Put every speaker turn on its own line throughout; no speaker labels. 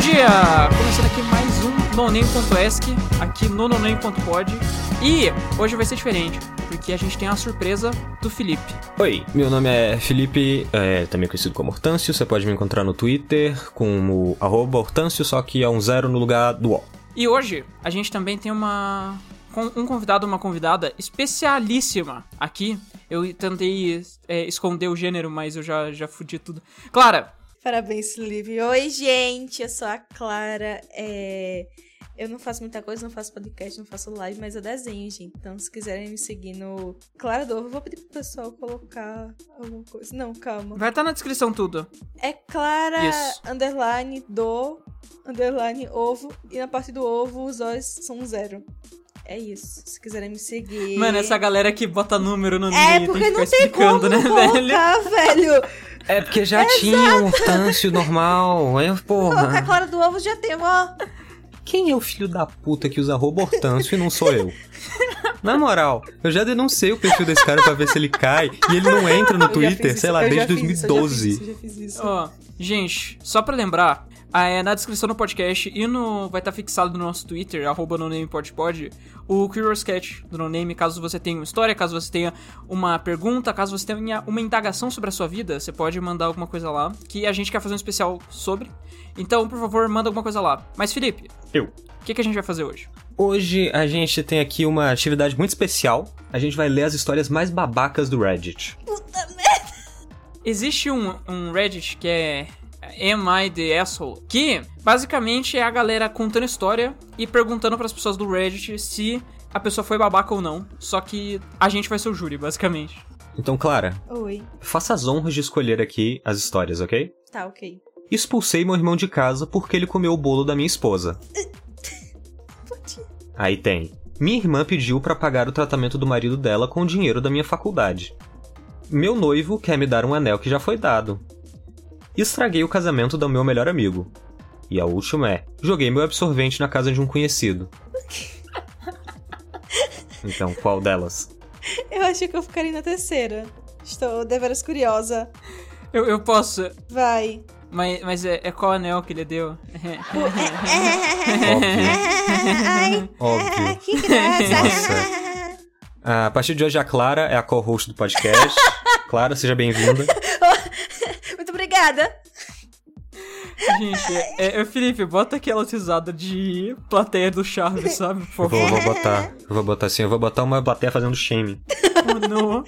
dia! Começando aqui mais um noname.esc, aqui no noname.pod. E hoje vai ser diferente, porque a gente tem uma surpresa do Felipe.
Oi, meu nome é Felipe, é, também conhecido como Hortâncio. Você pode me encontrar no Twitter como arroba Hortâncio, só que é um zero no lugar do O.
E hoje a gente também tem uma com- um convidado, uma convidada especialíssima aqui. Eu tentei é, esconder o gênero, mas eu já, já fudi tudo. Clara,
Parabéns, Livre. Oi, gente, eu sou a Clara. é, Eu não faço muita coisa, não faço podcast, não faço live, mas eu desenho, gente. Então, se quiserem me seguir no Clara Dorvo, eu vou pedir pro pessoal colocar alguma coisa. Não, calma.
vai estar na descrição tudo.
É Clara
Isso.
underline do underline ovo e na parte do ovo os olhos são um zero. É isso. Se quiserem me seguir.
Mano, essa galera que bota número no
É,
meio
porque
tem que
não
ficar
tem
explicando,
como
né, velho?
colocar, velho.
É porque já tinha um Hortâncio normal, é
Colocar
porra.
Clara do ovo já tem, ó.
Quem é o filho da puta que usa arroba Hortâncio e não sou eu? Na moral, eu já denunciei o perfil desse cara pra ver se ele cai e ele não entra no
Eu já fiz
Twitter,
isso,
sei lá,
eu já
desde
fiz isso, eu já fiz
2012.
isso, eu já fiz isso.
Ó, gente, só pra lembrar, ah, é, na descrição do podcast e no vai estar fixado no nosso Twitter, arroba nonamepodpod, o Curious Cat do Noname, caso você tenha uma história, caso você tenha uma pergunta, caso você tenha uma indagação sobre a sua vida, você pode mandar alguma coisa lá, que a gente quer fazer um especial sobre. Então, por favor, manda alguma coisa lá. Mas, Felipe...
Eu.
O que, que a gente vai fazer hoje?
Hoje a gente tem aqui uma atividade muito especial. A gente vai ler as histórias mais babacas do Reddit.
Puta merda.
Existe um, um Reddit que é Am I the Asshole? Que basicamente é a galera contando história e perguntando pras pessoas do Reddit se a pessoa foi babaca ou não. Só que a gente vai ser o júri, basicamente.
Então, Clara,
Oi.
faça as honras de escolher aqui as histórias, ok?
Tá, ok.
Expulsei meu irmão de casa porque ele comeu o bolo da minha esposa.
Pode.
Aí tem. Minha irmã pediu pra pagar o tratamento do marido dela com o dinheiro da minha faculdade. Meu noivo quer me dar um anel que já foi dado. Estraguei o casamento do meu melhor amigo. E a última é: joguei meu absorvente na casa de um conhecido. Então, qual delas?
Eu achei que eu ficaria na terceira. Estou deveras curiosa.
Eu, eu posso.
Vai.
Mas, mas é, é qual anel que ele deu?
Óbvio.
Ai,
Óbvio.
que graça.
Nossa. Ah, A partir de hoje, a Clara é a co-host do podcast. Clara, seja bem-vinda.
Muito obrigada.
gente, é, é, Felipe, bota aquela risada de plateia do Charles, sabe?
Eu
Por
vou,
favor.
vou botar. Eu vou botar assim, eu vou botar uma plateia fazendo shaming.
Oh, não.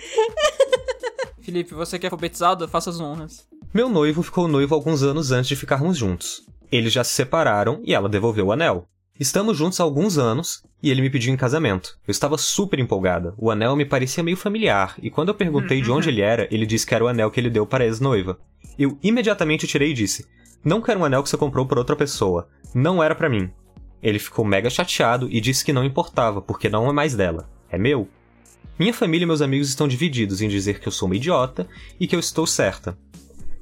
Felipe, você que é alfabetizado? Faça as honras.
Meu noivo ficou noivo alguns anos antes de ficarmos juntos. Eles já se separaram e ela devolveu o anel. Estamos juntos há alguns anos e ele me pediu em casamento. Eu estava super empolgada. O anel me parecia meio familiar e quando eu perguntei de onde ele era, ele disse que era o anel que ele deu para a ex-noiva. Eu imediatamente o tirei e disse: Não quero um anel que você comprou por outra pessoa. Não era pra mim. Ele ficou mega chateado e disse que não importava, porque não é mais dela. É meu. Minha família e meus amigos estão divididos em dizer que eu sou uma idiota e que eu estou certa.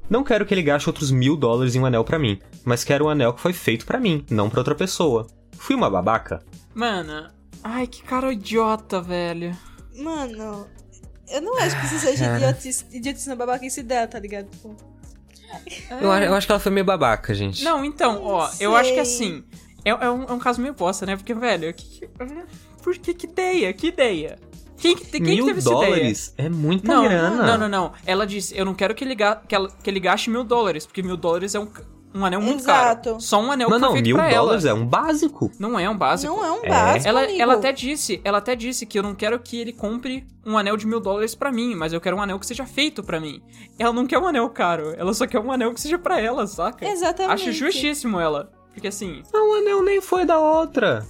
Não quero que ele gaste outros mil dólares em um anel pra mim, mas quero um anel que foi feito pra mim, não pra outra pessoa. Fui uma babaca?
Mano, ai, que cara idiota, velho.
Mano, eu não acho que isso seja idiotice, idiotice na babaquice dela, tá ligado? Tipo,
Eu, a- eu acho que ela foi meio babaca, gente.
É. Não, então, ó,
Não
eu acho que
sei.
assim, é, é um, é um caso meio bosta, né? Porque, velho, que, que- por que que ideia? Que ideia? Quem, que- quem que
mil
teve essa ideia?
dólares é muita
Não,
grana.
não, é não, não. Ela disse, eu não quero que ele, ga- que ela- que ele gaste mil dólares, porque mil dólares é um, ca- um anel muito caro.
Exato.
Só um anel
Mas
que
não,
foi feito
mil
pra
dólares
ela.
é um básico.
Não é um básico.
não é um
É.
básico,
Ela,
amigo.
ela até disse, ela até disse que eu não quero que ele compre um anel de mil dólares pra mim, mas eu quero um anel que seja feito pra mim. Ela não quer um anel caro, ela só quer um anel que seja pra ela, saca?
Exatamente.
Acho justíssimo ela. Porque assim,
Não, o anel nem foi da outra.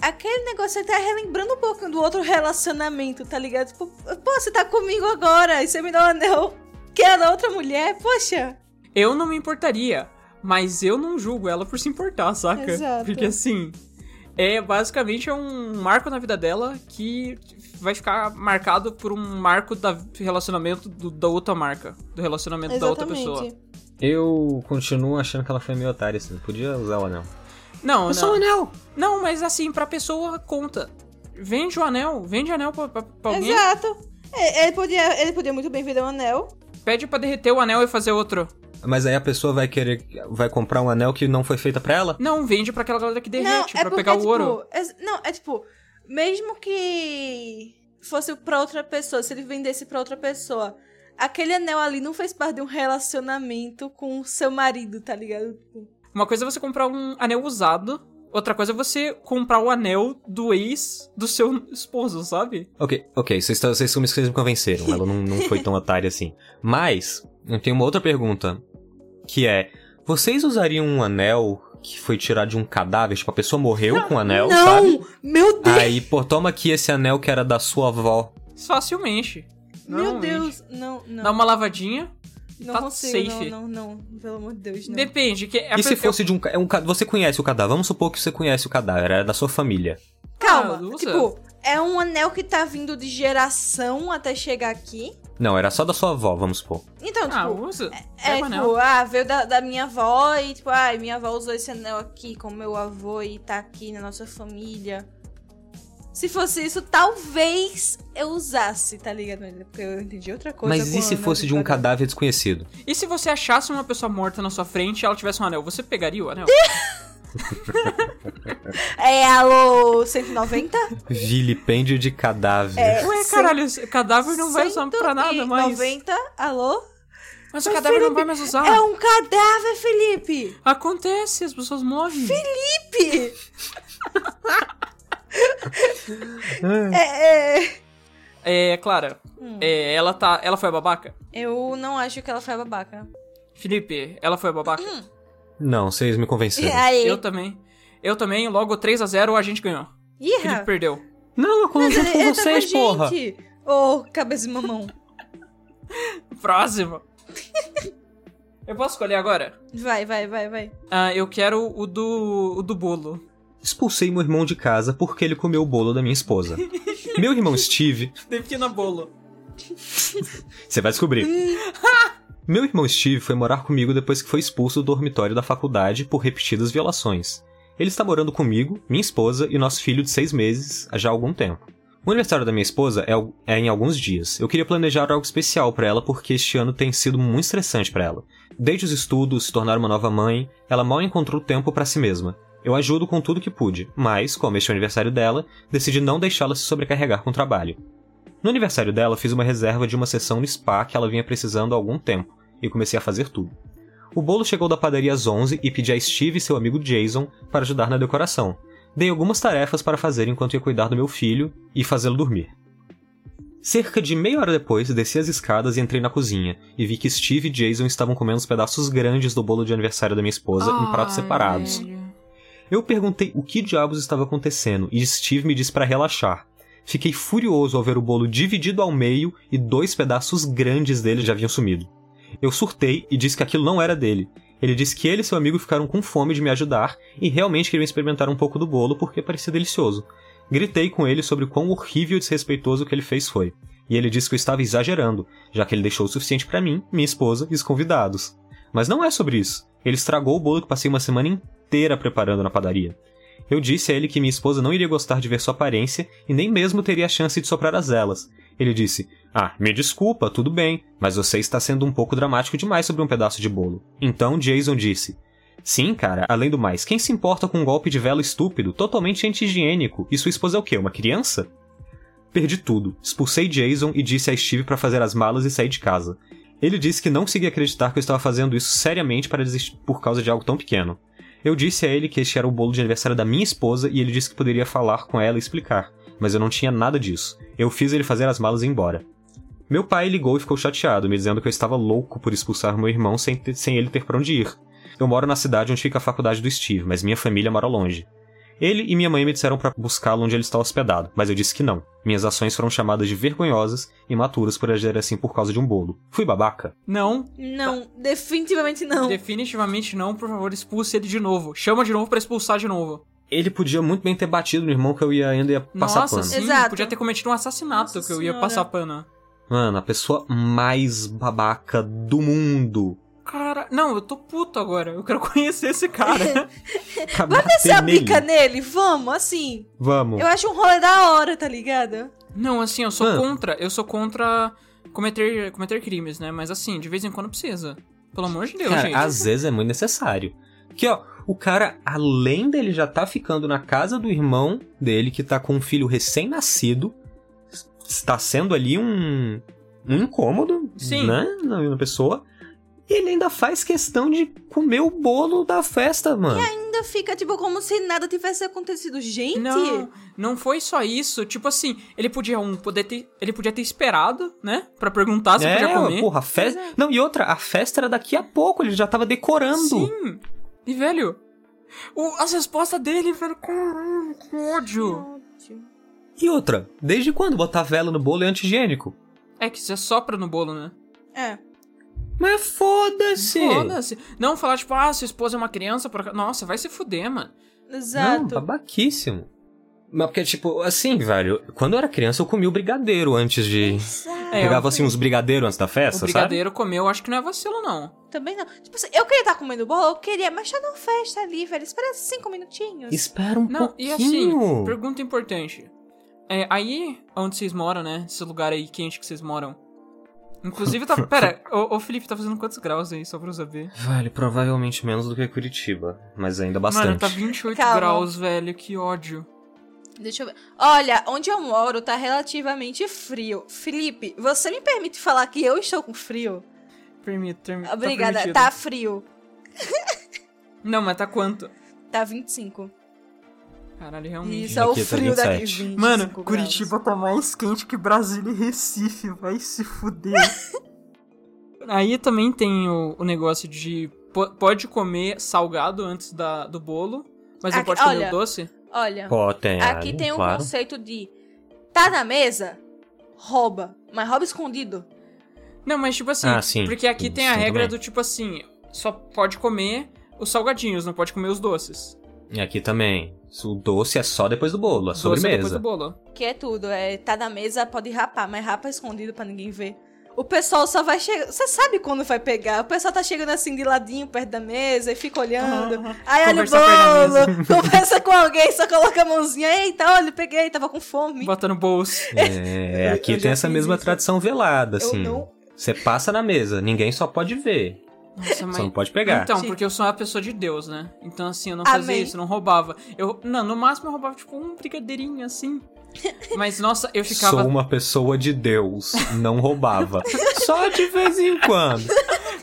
Aquele negócio aí tá relembrando um pouco do outro relacionamento, tá ligado? Tipo, pô, você tá comigo agora e você me dá um anel que é da outra mulher, poxa.
eu não me importaria, mas eu não julgo ela por se importar, saca?
Exato.
Porque assim, é basicamente é um marco na vida dela que vai ficar marcado por um marco da relacionamento do- da outra marca, do relacionamento É da outra pessoa.
Eu continuo achando que ela foi meio otária, assim. Podia usar o anel.
Não, não.
É anel.
Não, mas assim, pra pessoa conta. Vende o anel, vende o anel pra, pra- pra alguém,
Exato. É, Ele podia, ele podia muito bem vender um anel.
pede pra derreter o anel e fazer outro.
Mas aí a pessoa vai querer. Vai comprar um anel que não foi feita pra ela?
Não, vende pra aquela galera que
Não,
derrete,
é
pra
porque,
pegar o
tipo,
ouro.
ex- não, é tipo, mesmo que fosse pra outra pessoa, se ele vendesse pra outra pessoa, aquele anel ali não fez parte de um relacionamento com o seu marido, tá ligado? Tipo,
Uma coisa é você comprar um anel usado, outra coisa é você comprar o anel do ex do seu esposo, sabe?
Ok, ok, vocês, tão- vocês, me- vocês me convenceram. Ela não, não foi tão otária assim. Mas, eu tenho uma outra pergunta. Que é: vocês usariam um anel que foi tirado de um cadáver? Tipo, a pessoa morreu com o anel, sabe?
não!
Ah,
Meu Deus!
Aí, pô, toma aqui esse anel que era da sua avó.
Facilmente.
Meu
Normalmente.
Deus! Não, não.
Dá uma lavadinha. e
não
tá
consigo,
safe.
não, não, não. Pelo amor de Deus, não.
Depende. Que a
e se
pe- eu-
fosse de um, ca- é um. ca- Você conhece o cadáver? Vamos supor que você conhece o cadáver, era da sua família.
Calma,
Ah, usa.
tipo, é um anel que tá vindo de geração até chegar aqui.
Não, era só da sua avó, vamos supor.
Então,
Ah,
tipo,
usa.
É,
Pega o anel.
tipo, ah, veio da, da minha avó e, tipo, ai, minha avó usou esse anel aqui com meu avô e tá aqui na nossa família. Se fosse isso, talvez eu usasse, tá ligado? Porque eu entendi outra coisa.
Mas
com
e se
anel
fosse de um
cadáver?
cadáver desconhecido?
E se você achasse uma pessoa morta na sua frente e ela tivesse um anel, você pegaria o anel?
É, alô, 190?
Vilipêndio de cadáver.
É.
Ué, caralho, esse cadáver não vai usar pra nada mais.
90, alô?
Mas o cadáver não vai mais usar.
É um cadáver, Felipe!
Acontece, as pessoas morrem.
Pi! É, é...
É, Clara,
Hum.
é, ela tá. Ela foi a babaca?
Eu não acho que ela foi a babaca.
Felipe, ela foi a babaca?
Não, vocês me convenceram.
Aí.
Eu também. Eu também, logo 3 a 0 a gente ganhou.
Ih,
Felipe perdeu.
Não, eu conversei
Ele-
com
ele tá
vocês,
a
porra.
gente. Ô, cabeça de mamão.
Próximo. eu posso escolher agora?
Vai, vai, vai, vai.
Ah, eu quero o do. o do bolo.
Expulsei meu irmão de casa porque ele comeu o bolo da minha esposa. meu irmão Steve,
Defina bolo.
você vai descobrir. meu irmão Steve foi morar comigo depois que foi expulso do dormitório da faculdade por repetidas violações. Ele está morando comigo, minha esposa e nosso filho de seis meses há já algum tempo. O aniversário da minha esposa é, al- é em alguns dias. Eu queria planejar algo especial pra ela porque este ano tem sido muito estressante pra ela. Desde os estudos, se tornar uma nova mãe, ela mal encontrou tempo pra si mesma. Eu ajudo com tudo que pude, mas, como este é o aniversário dela, decidi não deixá-la se sobrecarregar com o trabalho. No aniversário dela, fiz uma reserva de uma sessão no spa que ela vinha precisando há algum tempo, e comecei a fazer tudo. O bolo chegou da padaria às 11 e pedi a Steve e seu amigo Jason para ajudar na decoração. Dei algumas tarefas para fazer enquanto ia cuidar do meu filho e fazê-lo dormir. Cerca de meia hora depois, desci as escadas e entrei na cozinha, e vi que Steve e Jason estavam comendo os pedaços grandes do bolo de aniversário da minha esposa em pratos
Ai,
separados.
velho.
Eu perguntei o que diabos estava acontecendo e Steve me disse para relaxar. Fiquei furioso ao ver o bolo dividido ao meio e dois pedaços grandes dele já haviam sumido. Eu surtei e disse que aquilo não era dele. Ele disse que ele e seu amigo ficaram com fome de me ajudar e realmente queriam experimentar um pouco do bolo porque parecia delicioso. Gritei com ele sobre o quão horrível e desrespeitoso o que ele fez foi. E ele disse que eu estava exagerando, já que ele deixou o suficiente para mim, minha esposa e os convidados. Mas não é sobre isso. Ele estragou o bolo que passei uma semana inteira preparando na padaria. Eu disse a ele que minha esposa não iria gostar de ver sua aparência e nem mesmo teria a chance de soprar as elas. Ele disse: Ah, me desculpa, tudo bem, mas você está sendo um pouco dramático demais sobre um pedaço de bolo. Então Jason disse: Sim, cara, além do mais, quem se importa com um golpe de vela estúpido, totalmente anti-higiênico? E sua esposa é o quê? Uma criança? Perdi tudo. Expulsei Jason e disse a Steve para fazer as malas e sair de casa. Ele disse que não conseguia acreditar que eu estava fazendo isso seriamente para desistir por causa de algo tão pequeno. Eu disse a ele que este era o bolo de aniversário da minha esposa e ele disse que poderia falar com ela e explicar, mas eu não tinha nada disso. Eu fiz ele fazer as malas e ir embora. Meu pai ligou e ficou chateado, me dizendo que eu estava louco por expulsar meu irmão sem, ter- sem ele ter para onde ir. Eu moro na cidade onde fica a faculdade do Steve, mas minha família mora longe. Ele e minha mãe me disseram para buscá-lo onde ele está hospedado, mas eu disse que não. Minhas ações foram chamadas de vergonhosas e imaturas por agir assim por causa de um bolo. Fui babaca.
Não,
Não, definitivamente não.
Definitivamente não, por favor, expulse ele de novo. Chama de novo pra expulsar de novo.
Ele podia muito bem ter batido no irmão que eu ia ainda ia passar
Nossa,
pano.
sim,
Exato.
podia ter cometido um assassinato
Nossa
que eu ia
senhora.
passar pano.
Mano, a pessoa mais babaca do mundo.
Cara, não, eu tô puto agora. Eu quero conhecer esse cara.
Vai
Você aplica nele? Vamos, assim.
Vamos.
Eu acho um rolê da hora, tá ligado?
não, assim, eu sou
Mano.
contra. Eu sou contra cometer, cometer crimes, né? Mas assim, de vez em quando precisa. Pelo amor de Deus, gente.
Cara, às vezes é muito necessário. Porque, ó, o cara, além dele já tá ficando na casa do irmão dele, que tá com um filho recém-nascido, está sendo ali um, um incômodo,
Sim.
né, na na pessoa, e ele ainda faz questão de comer o bolo da festa, mano.
Ainda fica, tipo, como se nada tivesse acontecido. Gente!
Não, não foi só isso. Tipo assim, ele podia um poder ter, ele podia ter esperado, né, Pra perguntar se podia comer.
É,
é.
porra, a festa... Não, e outra, a festa era daqui a pouco, ele já tava decorando.
Sim. E velho, o- as respostas dele, velho, caralho, que ódio.
Ótimo.
E outra, desde quando botar vela no bolo é antigênico?
É que você sopra no bolo, né?
É.
Mas foda-se!
Foda-se. Não falar tipo, ah, sua esposa é uma criança, por... acaso- nossa, vai se fuder, mano.
Não,
Exato.
babaquíssimo. Mas porque, tipo, assim, velho, quando eu era criança eu comia o brigadeiro antes de.
Exato.
É,
Pegava assim uns brigadeiros antes da
o
festa, sabe?
brigadeiro comeu, acho que não é vacilo, não.
Também não. Tipo assim, eu queria estar comendo bolo, eu queria, mas tá numa festa ali, velho. Espera cinco minutinhos.
Espera um
Não, e assim,
pouquinho.
pergunta importante. É, aí, onde vocês moram, né? Esse lugar aí quente que vocês moram. Inclusive, tá. Pera, ô, ô, Felipe, tá fazendo quantos graus aí, só pra eu saber?
Velho, provavelmente menos do que Curitiba, mas ainda bastante.
Mano, tá 28
Calma.
graus, velho, que ódio.
Deixa eu ver. Olha, onde eu moro tá relativamente frio. Felipe, você me permite falar que eu estou com frio?
Permito, termina.
Obrigada.
Tá,
Tá,
permitido.
frio.
Não, mas tá quanto?
Tá 25.
Caralho, realmente.
Isso é o
Aqui tá
frio daqui.
27.
25
Mano,
graus.
Curitiba tá mais quente que Brasília e Recife, vai se fuder. Aí também tem o, o negócio de po- pode comer salgado antes da, do bolo, mas não
Aqui-
pode comer
olha,
o doce?
Olha,
Pô,
é,
tem.
aqui
ah,
tem um
claro.
conceito de tá na mesa, rouba. Mas rouba escondido.
Não, mas tipo assim,
Ah, sim.
porque aqui tem a
Isso
regra
também.
do tipo assim, só pode comer os salgadinhos, não pode comer os doces.
E aqui também. O doce é só depois do bolo, a
Doce é depois
sobremesa.
do bolo.
Que é tudo, é tá na mesa, pode rapar, mas rapa escondido pra ninguém ver. O pessoal só vai chegar. Você sabe quando vai pegar? O pessoal tá chegando assim de ladinho perto da mesa e fica olhando. Aí olha o
Conversa perto da
bolo, conversa com alguém, só coloca a mãozinha. Eita, olha, peguei, tava com fome.
Bota no bolso.
É,
Eu-
aqui
eu já
tem essa
fiz
mesma
isso.
tradição velada,
Eu
assim.
não.
Você passa na mesa, ninguém só pode ver.
Nossa, mas
Só não pode pegar.
Então,
Sim.
porque eu sou uma pessoa de Deus, né? Então, assim, eu não
Amém.
fazia isso, não roubava. Eu, não, no máximo eu roubava, tipo, um brigadeirinho, assim. Mas, nossa, eu ficava...
Sou um uma pessoa de Deus, não roubava. Só de vez em quando.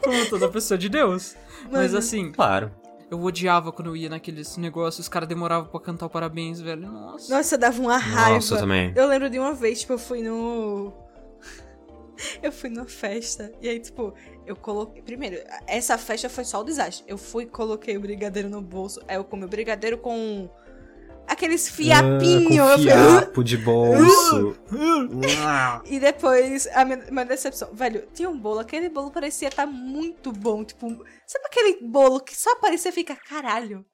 Como toda pessoa de Deus. Mas,
Mano.
assim,
Claro.
eu odiava quando eu ia naqueles negócios. Os caras demoravam pra cantar o parabéns, velho. Nossa.
Nossa, dava uma raiva.
Nossa, eu também.
Eu lembro de uma vez, tipo, eu fui no. eu fui numa festa. E aí, tipo, eu coloquei. Primeiro, essa festa foi só o desastre. Eu fui, coloquei o brigadeiro no bolso. Aí eu comi o brigadeiro com. Aqueles fiapinhos.
Ah, com fiapo de bolso.
E depois, a minha, minha decepção. Velho, tinha um bolo. Aquele bolo parecia estar muito bom. Tipo, sabe aquele bolo que só parecia ficar caralho?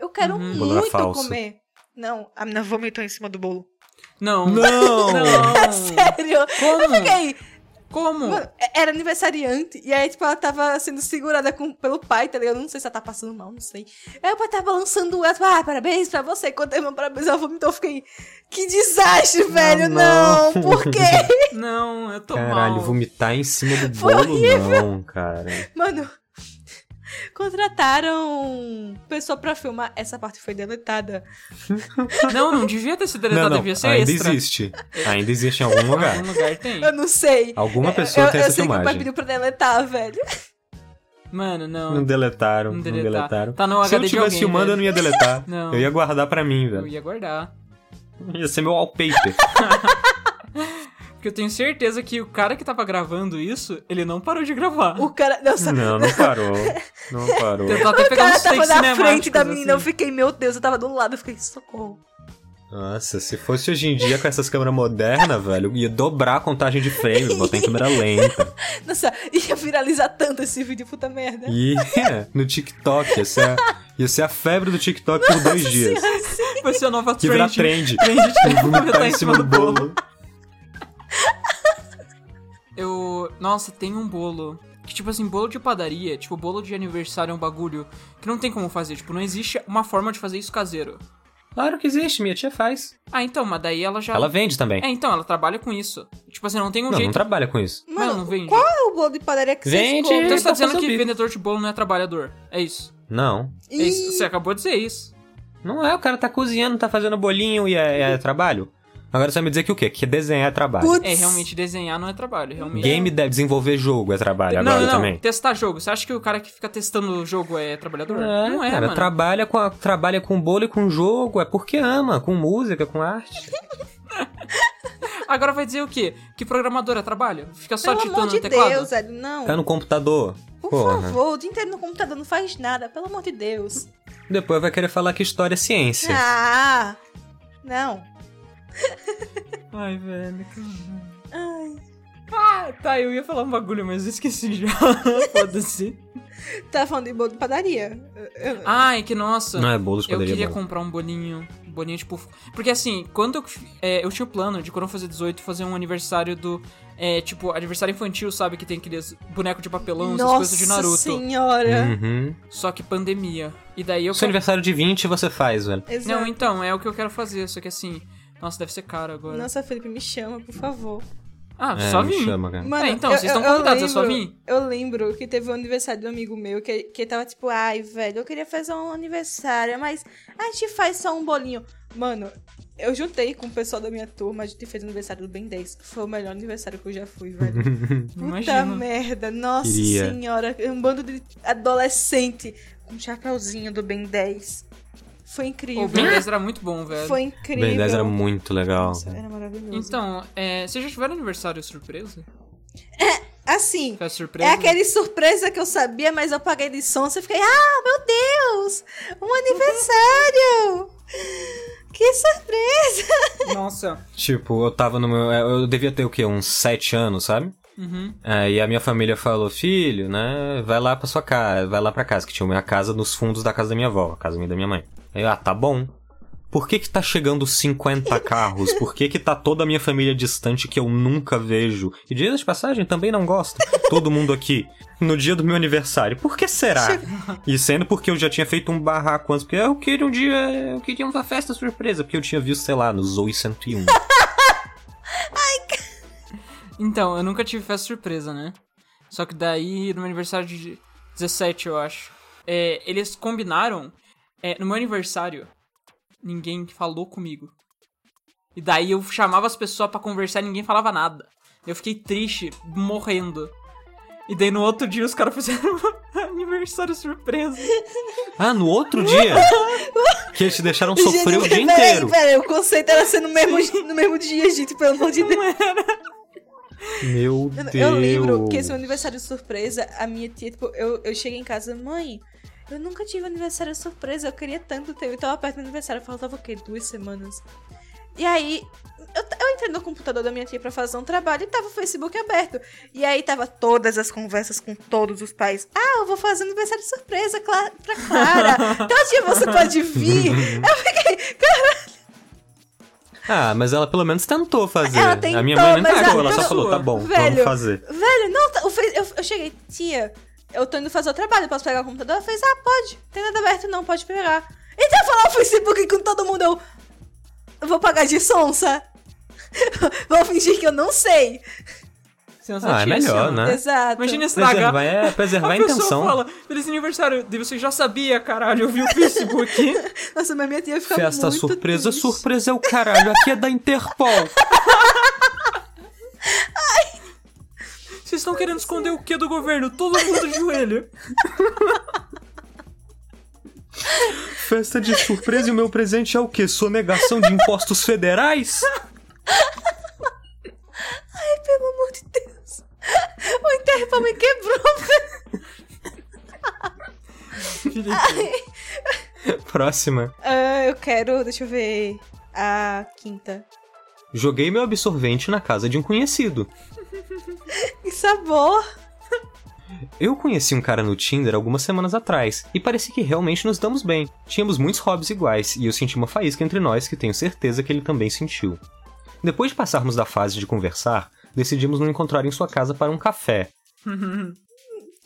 Eu quero
Uhum.
Bolo era
muito
falso.
comer. Não, a menina vomitou em cima do bolo.
Não.
Não!
Não.
Sério?
Como?
Fiquei.
Como?
Mano, é- era aniversariante. E aí, tipo, ela tava sendo segurada com- pelo pai, tá ligado? Não sei se ela tá passando mal, não sei. Aí o pai tava lançando ela, tipo, ah, parabéns pra você. Quando eu meu parabéns, ela vomitou. Eu fiquei, que desastre, velho.
não.
Não, por quê?
Não, eu tô
Caralho,
mal.
vomitar em cima do
Foi
bolo não, cara.
Mano, contrataram pessoa pra filmar. Essa parte foi deletada.
Não, não devia ter sido deletado,
não, não,
devia ser
ainda
extra.
existe. Ainda existe em algum lugar.
é Algum lugar tem.
Eu não sei.
Alguma pessoa
eu
tem
eu
essa
sei que o pai
filmagem.
pediu pra deletar, velho.
Mano,
Não
não.
deletaram, não
Não deletar.
deletaram.
Tá no
Se
HD
eu
de
tivesse
alguém,
filmando, eu não ia deletar.
Não.
Eu ia guardar pra mim,
Eu
velho.
ia guardar.
Ia ser meu wallpaper.
Porque eu tenho certeza que o cara que tava gravando isso, ele não parou de gravar.
O cara. Nossa,
Não, não parou. Não parou.
Tentou até
o
pegar
cara
uns
tava
takes
na frente da
cinemáticos,
menina. Eu
assim.
fiquei, meu Deus, eu tava do lado. Eu fiquei, socorro.
Nossa, se fosse hoje em dia com essas câmeras modernas, velho, ia dobrar a contagem de frames, botar em câmera lenta.
Nossa, ia viralizar tanto esse vídeo, puta merda.
E é, no TikTok, ia ser a, ia ser a febre do TikTok por dois dias.
Vai ser a nova
Que virar
trend.
trend.
Trend de tá
Vomitar em cima do bolo.
Eu... Nossa, tem um bolo... Que, tipo assim, bolo de padaria, tipo, bolo de aniversário é um bagulho que não tem como fazer. Tipo, não existe uma forma de fazer isso caseiro.
Claro que existe, minha tia faz.
Ah, então, mas daí ela já.
Ela vende também.
É, então, ela trabalha com isso. Tipo assim, não tem um
não, não
jeito.
trabalha com isso.
Mas
Mano,
não vende.
qual é o bolo de padaria que
Vende!
vocês comem?
Então você tá
pra
dizendo
fazer o
que
bico.
vendedor de bolo não é trabalhador. É isso.
Não.
É isso. Você acabou de dizer isso.
Não é, o cara tá cozinhando, tá fazendo bolinho e é, é trabalho. Agora você vai me dizer que o quê? Que desenhar é trabalho.
Putz.
É, realmente desenhar não é trabalho. Realmente.
Game deve desenvolver jogo é trabalho
não,
agora
não,
também.
testar jogo. Você acha que o cara que fica testando o jogo é trabalhador? não é,
cara,
mano.
trabalha com a- trabalha com bolo e com jogo, é porque ama, com música, com arte.
Agora vai dizer o quê? Que programador é trabalho? Fica só
Pelo
digitando
amor de
no teclado?
Deus, velho, não.
Tá no computador.
Por
Porra.
favor, o dia inteiro no computador não faz nada, pelo amor de Deus.
Depois vai querer falar que história é ciência.
Ah, não.
Ai, velho. cara.
Ai,
Ah, tá, eu ia falar um bagulho, mas eu esqueci já. Foda-se.
tá falando de bolo de padaria. Eu- eu-
Ai, que nossa.
Não é bolos,
Eu
poderia
queria
bom.
comprar um bolinho. Um bolinho tipo. Porque assim, quando eu. é, eu tinha o plano de quando eu fazer 18 fazer um aniversário do. é, tipo, aniversário infantil, sabe? Que tem aqueles bonecos de papelão, essas
Nossa
coisas de Naruto.
senhora.
Uhum.
Só que pandemia. E daí eu.
Seu aniversário de 20 você faz, velho.
Exato.
Não, então, é o que eu quero fazer. Só que assim. Nossa, deve ser caro agora.
Nossa, Felipe, me chama, por favor.
Ah,
É,
só
me
vim.
chama, cara.
Mano,
É, então,
eu-
vocês estão
eu- eu
convidados, é só
lembro-
vir.
Eu lembro que teve um aniversário de um amigo meu que, que tava tipo, ai, velho, eu queria fazer um aniversário, mas a gente faz só um bolinho. Mano, eu juntei com o pessoal da minha turma, a gente fez o aniversário do Ben 10, que foi o melhor aniversário que eu já fui, velho. Puta
Imagina.
merda, nossa
Uhum. Queria.
senhora, um bando de adolescente com um chapeuzinho do Ben 10. Foi incrível.
O Ben 10 era muito bom, velho.
Foi incrível.
Ben 10 era muito legal.
Nossa, era maravilhoso.
Então, é, vocês já tiveram aniversário surpresa?
assim,
Festa surpresa?
É aquele surpresa que eu sabia, mas eu paguei de som. Você fiquei, ah, meu Deus! Um aniversário! Que surpresa!
Nossa.
Tipo, eu tava no meu. Eu devia ter o quê? Uns 7 anos, sabe?
Uhum.
É, e a minha família falou, filho, né? Vai lá pra sua casa, vai lá pra casa, que tinha uma casa nos fundos da casa da minha avó, a casa minha e da minha mãe. Aí, eu, ah, tá bom. Por que que tá chegando 50 carros? Por que que tá toda a minha família distante que eu nunca vejo? E dias de passagem, também não gosto. Todo mundo aqui, no dia do meu aniversário. Por que será? E sendo porque eu já tinha feito um barraco antes, porque eu queria um dia, eu queria uma festa surpresa, porque eu tinha visto, sei lá, no Zoe 101.
Então, eu nunca tive festa surpresa, né? Só que daí, no meu aniversário de 17, eu acho, é, eles combinaram. é, no meu aniversário, ninguém falou comigo. E daí eu chamava as pessoas pra conversar e ninguém falava nada. Eu fiquei triste, morrendo. E daí no outro dia os caras fizeram um aniversário surpresa.
Ah, no outro dia? Que eles te deixaram sofrer o
Gente,
dia
peraí,
inteiro.
Peraí, o conceito era ser no mesmo, no mesmo dia, gente, pelo amor de Deus.
Meu
Eu-
Deus.
Eu lembro que esse meu aniversário surpresa, a minha tia, tipo, eu, eu cheguei em casa, mãe, eu nunca tive aniversário surpresa, eu queria tanto ter. Eu tava perto do aniversário, faltava o quê? Duas semanas. E aí, eu, t- eu entrei no computador da minha tia pra fazer um trabalho e tava o Facebook aberto. E aí tava todas as conversas com todos os pais. Ah, eu vou fazer aniversário surpresa Cla- pra Clara. então, tia, você pode vir.
Ah, mas ela pelo menos tentou fazer.
Ela tentou,
a minha mãe nem
mas
ela
tentou, ela só
tentou.
falou, tá bom,
Velho.
vamos fazer.
Velho, não, tá- eu, fiz- eu- eu cheguei, tia, eu tô indo fazer o trabalho, posso pegar o computador? Ela fez, ah, pode, tem nada aberto não, pode pegar. Então eu vou lá no Facebook com todo mundo, eu, eu vou pagar de sonsa. vou fingir que eu não sei.
Ah, é melhor, né?
Exato.
Imagina estragar.
Preservar, é,
A
preservar a
pessoa
intenção.
fala, feliz aniversário. Daí Você já sabia, caralho, eu vi o Facebook.
Nossa, mas minha tia fica
Festa
muito
surpresa,
triste.
surpresa é o caralho, aqui é da Interpol.
Vocês estão querendo esconder o que do governo? Todo mundo de joelho.
Festa de surpresa e o meu presente é o quê? Sonegação de impostos federais?
Ai, pelo amor de Deus. O Interpol me quebrou, velho.
Próxima.
Ah, eu quero, deixa eu ver, a quinta.
Joguei meu absorvente na casa de um conhecido.
Que sabor.
Eu conheci um cara no Tinder algumas semanas atrás e parecia que realmente nos damos bem. Tínhamos muitos hobbies iguais e eu senti uma faísca entre nós que tenho certeza que ele também sentiu. Depois de passarmos da fase de conversar, decidimos nos encontrar em sua casa para um café.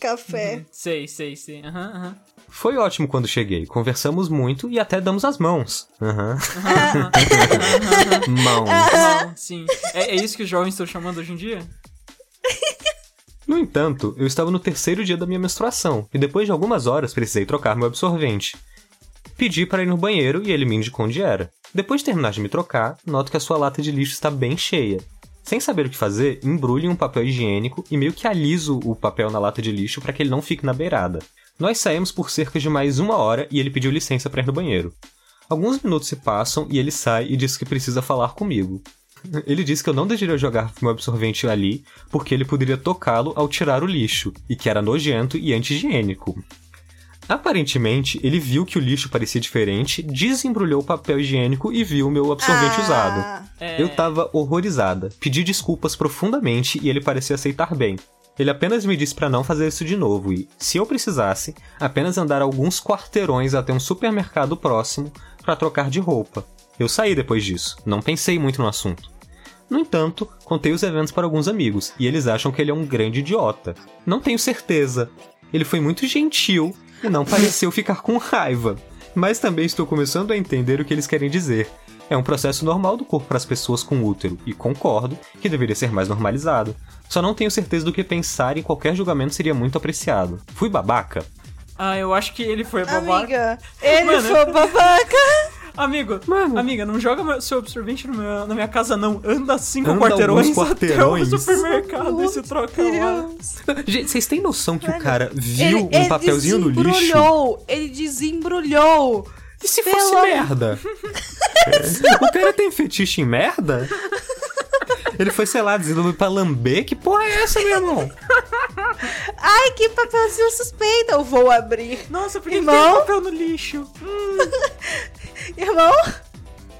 Café.
Sei, sei, sei. Aham, aham.
Foi ótimo quando cheguei. Conversamos muito e até damos as mãos. Aham.
aham, aham, aham.
Mãos.
Não, Sim. É, é isso que os jovens estão chamando hoje em dia?
No entanto, eu estava no terceiro dia da minha menstruação e depois de algumas horas precisei trocar meu absorvente. Pedi para ir no banheiro e ele me indicou onde era. Depois de terminar de me trocar, noto que a sua lata de lixo está bem cheia. Sem saber o que fazer, embrulho em um papel higiênico e meio que aliso o papel na lata de lixo para que ele não fique na beirada. Nós saímos por cerca de mais uma hora e ele pediu licença para ir no banheiro. Alguns minutos se passam e ele sai e diz que precisa falar comigo. Ele disse que eu não deveria jogar meu absorvente ali, porque ele poderia tocá-lo ao tirar o lixo, e que era nojento e anti-higiênico. Aparentemente, ele viu que o lixo parecia diferente, desembrulhou o papel higiênico e viu o meu absorvente
Ah,
usado.
É,
Eu tava horrorizada, pedi desculpas profundamente e ele parecia aceitar bem. Ele apenas me disse pra não fazer isso de novo e, se eu precisasse, apenas andar alguns quarteirões até um supermercado próximo pra trocar de roupa. Eu saí depois disso, não pensei muito no assunto. No entanto, contei os eventos para alguns amigos e eles acham que ele é um grande idiota. Não tenho certeza. Ele foi muito gentil e não pareceu ficar com raiva. Mas também estou começando a entender o que eles querem dizer. É um processo normal do corpo para as pessoas com útero, e concordo que deveria ser mais normalizado. Só não tenho certeza do que pensar e qualquer julgamento seria muito apreciado. Fui babaca?
Ah, eu acho que ele foi babaca.
Amiga, ele
Mano.
foi babaca.
Amigo,
Mano.
amiga, não joga meu- seu absorvente no meu- na minha casa, não. Anda cinco
Anda
quarteirões,
alguns quarteirões.
até o supermercado e se
Meu
troca lá.
Gente, vocês têm noção que o
Velho,
cara viu um papelzinho no lixo?
desembrulhou, ele desembrulhou.
E se
Pelo
fosse
amor-
merda? É. o cara tem fetiche em merda? Ele foi, sei lá, desenvolvido pra lamber? Que porra é essa, meu irmão?
Ai, que papelzinho suspeito. Eu vou abrir.
Nossa, por que que
Irmão?
tem papel no lixo?
Irmão,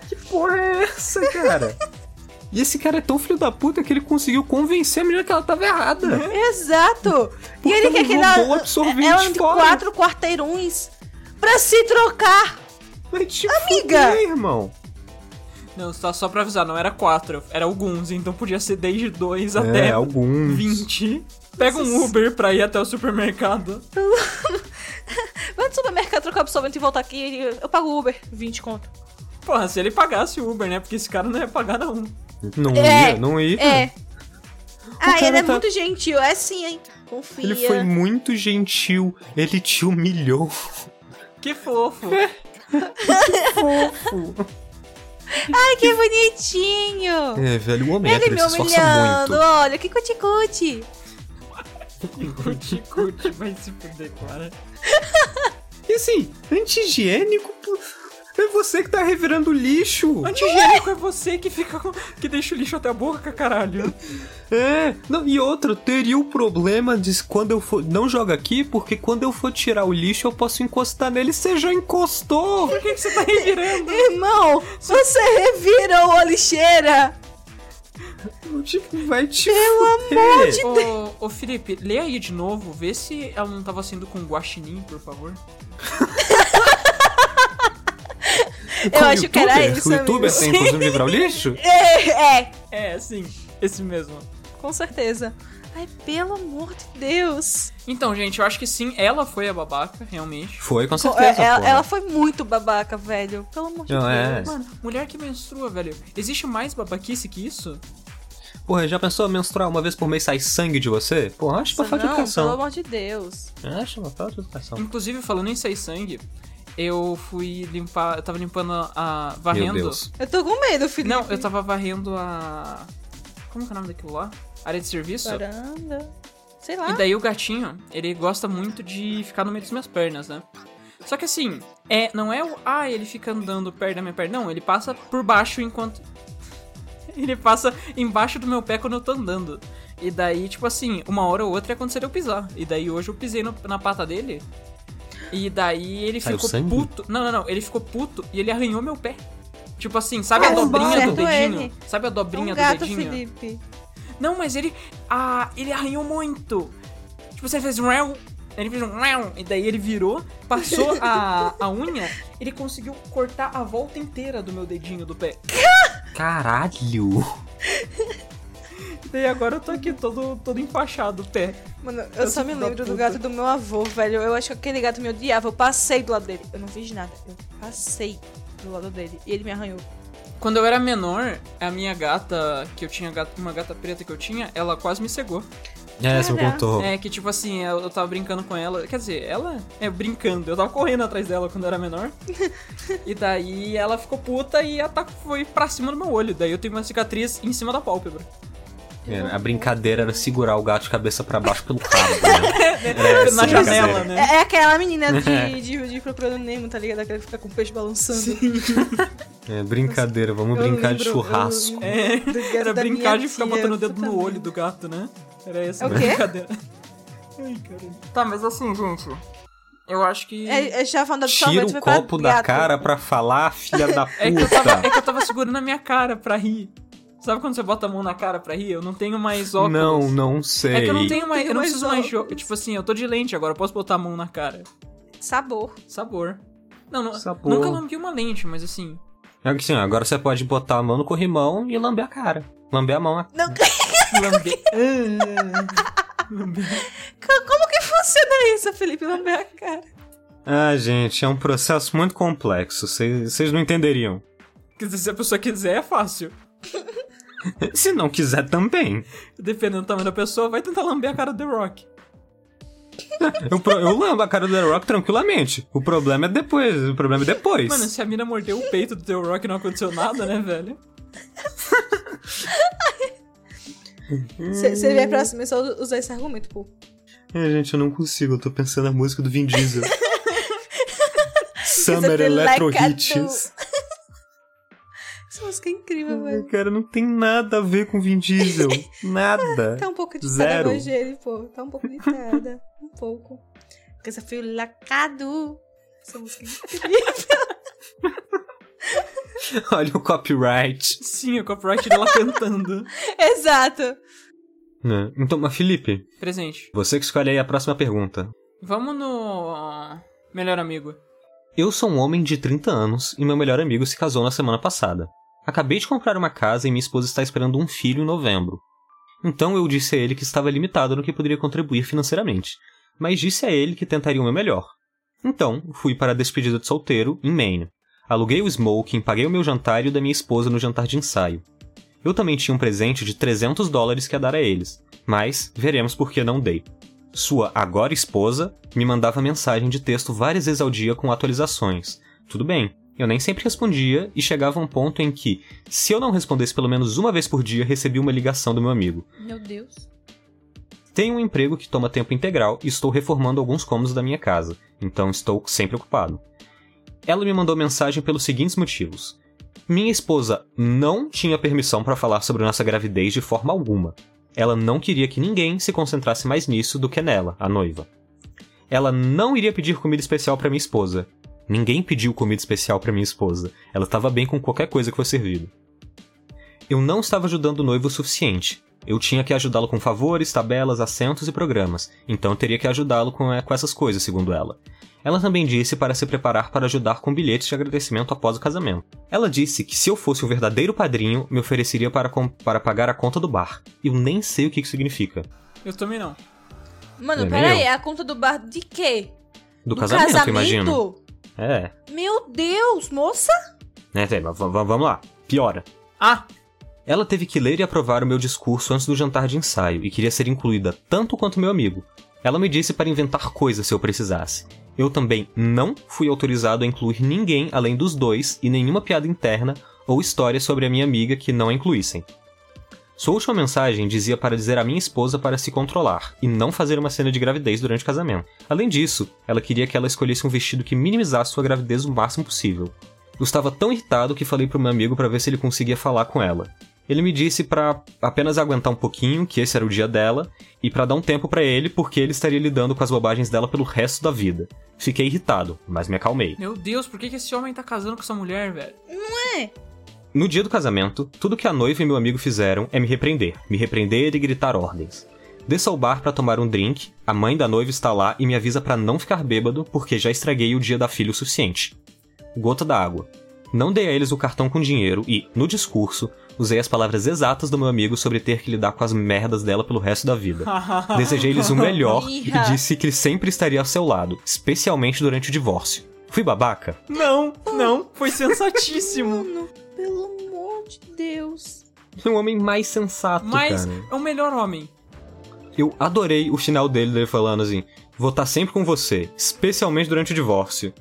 Que porra é essa, cara? E esse cara é tão filho da puta que ele conseguiu convencer a menina que ela tava errada.
exato.
Porque
e ele quer
ele
que
jogou o
ela,
absorvente
ela ande
fora.
quatro quarteirões pra se trocar.
Mas te
Amiga!
fuder, tipo, irmão.
Não, só, só pra avisar, não era quatro, era alguns, então podia ser desde dois
É,
até
alguns.
20. Pega um Uber pra ir até o supermercado.
Vai no supermercado trocar absorvente e voltar aqui. e Eu pago o Uber. 20 conto.
Porra, se ele pagasse o Uber, né? Porque esse cara não ia pagar, não.
Não
É,
ia, não ia.
É. Ah,
Hum. cara
ele é
tá-
muito gentil. É sim, hein? Confia.
Ele foi muito gentil. Ele te humilhou.
Que fofo.
Ai, que bonitinho.
É, velho, o homem
Ele
hétero
me
se esforça
humilhando,
muito.
olha, que cuticute.
Curte, curte, vai se fuder, cara.
E assim, anti-higiênico... pô, É você que tá revirando lixo.
Antigênico é você que fica com... que deixa o lixo até a boca, caralho.
É, não, e outra, teria o problema de quando eu for. Não joga aqui, porque quando eu for tirar o lixo eu posso encostar nele. Você já encostou!
Por que, que você tá revirando?
Irmão, você revirou a lixeira.
Tipo, vai te. Pelo amor de
Ô, ô Felipe, lê aí de novo, vê se ela não tava sendo com guaxinim, por favor.
Eu acho que era isso,
O youtuber
amigo.
tem costume de virar o lixo?
É, é,
É, sim, esse mesmo.
com certeza. Ai, pelo amor de Deus.
Então, gente, eu acho que sim, ela foi a babaca, realmente.
Foi, com
Co- é,
certeza.
ela,
porra.
ela foi muito babaca, velho. Pelo amor de
Não, é.
Deus.
Mano, mulher que menstrua, velho. Existe mais babaquice que isso?
Porra, já pensou menstruar uma vez por mês sai sangue de você? Porra, acho uma
Nossa,
falta de
não, pelo
educação.
amor de Deus.
Acho uma falta de educação.
Inclusive, falando em sair sangue, eu fui limpar. Eu tava limpando a. a-
Meu
varrendo.
Deus.
Eu tô com medo, Felipe.
Não, eu tava varrendo a. Como que é o nome daquilo lá? Área de serviço?
Varanda. Sei lá. É um
E daí o gatinho, ele gosta muito de ficar no meio das minhas pernas, né? Só que assim, é, não é o. Ah, ele fica andando perto da minha perna. Não, ele passa por baixo enquanto. Ele passa embaixo do meu pé quando eu tô andando. E daí, tipo assim, uma hora ou outra ia acontecer de eu pisar. E daí hoje eu pisei no- na pata dele. E daí ele
Saiu
ficou
sangue?
puto. Não, não, não. Ele ficou puto e ele arranhou meu pé. Tipo assim, sabe a
Ah,
dobrinha do
certo
dedinho?
ele.
Sabe a
É um
dobrinha do
gato,
dedinho?
Felipe.
Não, mas ele. Ah, ele arranhou muito. Tipo, você fez um. rau, Ele fez um. rau, E daí ele virou, passou a, a unha, ele conseguiu cortar a volta inteira do meu dedinho do pé.
Caralho!
Daí agora eu tô aqui todo, todo empachado, pé.
Mano, eu,
Eu
só
sou
me
filho da
lembro do
puta.
gato do meu avô, velho. Eu acho que aquele gato me odiava. Eu passei do lado dele. Eu não fiz nada. Eu passei do lado dele. E ele me arranhou.
Quando eu era menor, a minha gata, que eu tinha gata- uma gata preta que eu tinha, ela quase me cegou.
É, você me
Caraca.
contou.
É que tipo assim, eu, eu tava brincando com ela. Quer dizer, ela é brincando. Eu tava correndo atrás dela quando eu era menor. e daí ela ficou puta e atacou, foi pra cima do meu olho. Daí eu tenho uma cicatriz em cima da pálpebra.
É, a brincadeira era segurar o gato de cabeça pra baixo pelo rabo, né? Era essa
Na
a brincadeira.
janela, né?
É, é aquela menina de, de, de procurando Nemo, tá ligado? Aquela que fica com o peixe balançando.
É, brincadeira, vamos
Eu
brincar de
lembro, eu
churrasco.
lembro.
É,
Do gato
era
da
brincar
minha
de ficar
tia, tá-
botando o dedo
puta
no
merda.
olho do gato, né? Era essa
É
a
o quê?
brincadeira. Ai, caralho. Tá, mas assim, gente, eu acho que. É,
É, é, já falando
um
Tira
absolutamente
o copo da cara pra falar, filha da
que eu tava, é
puta.
que eu tava segurando a minha cara pra rir. Sabe quando você bota a mão na cara pra rir? Eu não tenho mais óculos.
Não, não sei.
É que eu não tenho mais. Eu não
Mais
preciso mais
óculos.
jogo. Tipo assim, eu tô de lente agora, eu posso botar a mão na cara.
Sabor.
Sabor. Não, não
Sabor.
nunca lambi uma lente, mas assim.
É que assim, ó, agora você pode botar a mão no corrimão e lamber a cara. Lamber a mão, né?
Não,
Lamber. Lamber.
como que funciona isso, Felipe? Na minha cara.
Ah, gente, é um processo muito complexo. Vocês vocês não entenderiam.
Quer dizer, se a pessoa quiser, é fácil.
Se não quiser também.
Dependendo do tamanho da pessoa, vai tentar lamber a cara do The Rock.
Eu, pro- eu lambo a cara do The Rock tranquilamente. O problema é depois. O problema é depois.
Mano,
assim-
se a mina mordeu o peito do The Rock e não aconteceu nada, né, velho?
Você
Hum.
vem pra cima e só usar esse argumento, pô.
É, gente, eu não consigo. Eu tô pensando na música do Vin Diesel. Summer
Você
Electro
like a
Hits.
Essa música é
Hum.
incrível,
Ai,
velho.
Cara, não tem nada a ver com Vin Diesel. Nada.
Tá um pouco de
Zero.
hoje ele, pô. Tá um pouco de cada. um pouco. Porque essa foi lacado. Essa música é incrível.
Olha o copyright.
Sim, o copyright dela cantando.
Exato.
Né? Então, mas Felipe,
Presente.
você que escolhe aí a próxima pergunta.
Vamos no. ah, Melhor amigo.
Eu sou um homem de 30 anos e meu melhor amigo se casou na semana passada. Acabei de comprar uma casa e minha esposa está esperando um filho em novembro. Então eu disse a ele que estava limitado no que poderia contribuir financeiramente, mas disse a ele que tentaria o meu melhor. Então, fui para a despedida de solteiro em Maine. Aluguei o smoking, paguei o meu jantar e o da minha esposa no jantar de ensaio. Eu também tinha um presente de 300 dólares que ia dar a eles, mas veremos por que não dei sua agora esposa, me mandava mensagem de texto várias vezes ao dia com atualizações. Tudo bem, eu nem sempre respondia e chegava um ponto em que, se eu não respondesse pelo menos uma vez por dia, recebia uma ligação do meu amigo.
Meu Deus.
Tenho um emprego que toma tempo integral e estou reformando alguns cômodos da minha casa, então estou sempre ocupado. Ela me mandou mensagem pelos seguintes motivos. Minha esposa não tinha permissão para falar sobre nossa gravidez de forma alguma. Ela não queria que ninguém se concentrasse mais nisso do que nela, a noiva. Ela não iria pedir comida especial para minha esposa. Ninguém pediu comida especial para minha esposa. Ela estava bem com qualquer coisa que foi servida. Eu não estava ajudando o noivo o suficiente. Eu tinha que ajudá-lo com favores, tabelas, assentos e programas, então eu teria que ajudá-lo com, eh, com essas coisas, segundo ela. Ela também disse para se preparar para ajudar com bilhetes de agradecimento após o casamento. Ela disse que se eu fosse o verdadeiro padrinho, me ofereceria para, com- para pagar a conta do bar. Eu nem sei o que isso significa.
Eu também não.
Mano,
Não é nem
peraí,
eu.
é a conta do bar de quê?
Do, casamento,
casamento?
imagino. É,
Meu Deus, moça!
né, tem- v- v- vamos lá. Piora.
Ah!
Ela teve que ler e aprovar o meu discurso antes do jantar de ensaio e queria ser incluída tanto quanto meu amigo. Ela me disse para inventar coisas se eu precisasse. Eu também não fui autorizado a incluir ninguém além dos dois e nenhuma piada interna ou história sobre a minha amiga que não a incluíssem. Sua última mensagem dizia para dizer à minha esposa para se controlar e não fazer uma cena de gravidez durante o casamento. Além disso, ela queria que ela escolhesse um vestido que minimizasse sua gravidez o máximo possível. Eu estava tão irritado que falei pro meu amigo para ver se ele conseguia falar com ela. Ele me disse pra apenas aguentar um pouquinho, que esse era o dia dela, e pra dar um tempo pra ele, porque ele estaria lidando com as bobagens dela pelo resto da vida. Fiquei irritado, mas me acalmei.
Meu Deus, por que, que esse homem tá casando com essa mulher, velho?
No dia do casamento, tudo que a noiva e meu amigo fizeram é me repreender, me repreender e gritar ordens. Desço ao bar pra tomar um drink, a mãe da noiva está lá e me avisa pra não ficar bêbado, porque já estraguei o dia da filha o suficiente. Gota da água. Não dei a eles o cartão com dinheiro e, no discurso, Usei as palavras exatas do meu amigo sobre ter que lidar com as merdas dela pelo resto da vida. Desejei-lhes o melhor e
Iha.
disse que sempre estaria ao seu lado, especialmente durante o divórcio. Fui babaca?
Não, não, foi sensatíssimo.
Mano, pelo amor de Deus.
Um homem mais sensato,
Mas
cara.
é o melhor homem.
Eu adorei o final dele, dele falando assim: vou estar sempre com você, especialmente durante o divórcio.